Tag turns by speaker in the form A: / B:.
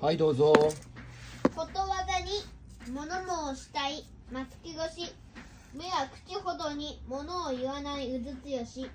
A: はいどうぞ
B: ことわざに物申したい松木越し目は口ほどに物を言わないうずつよし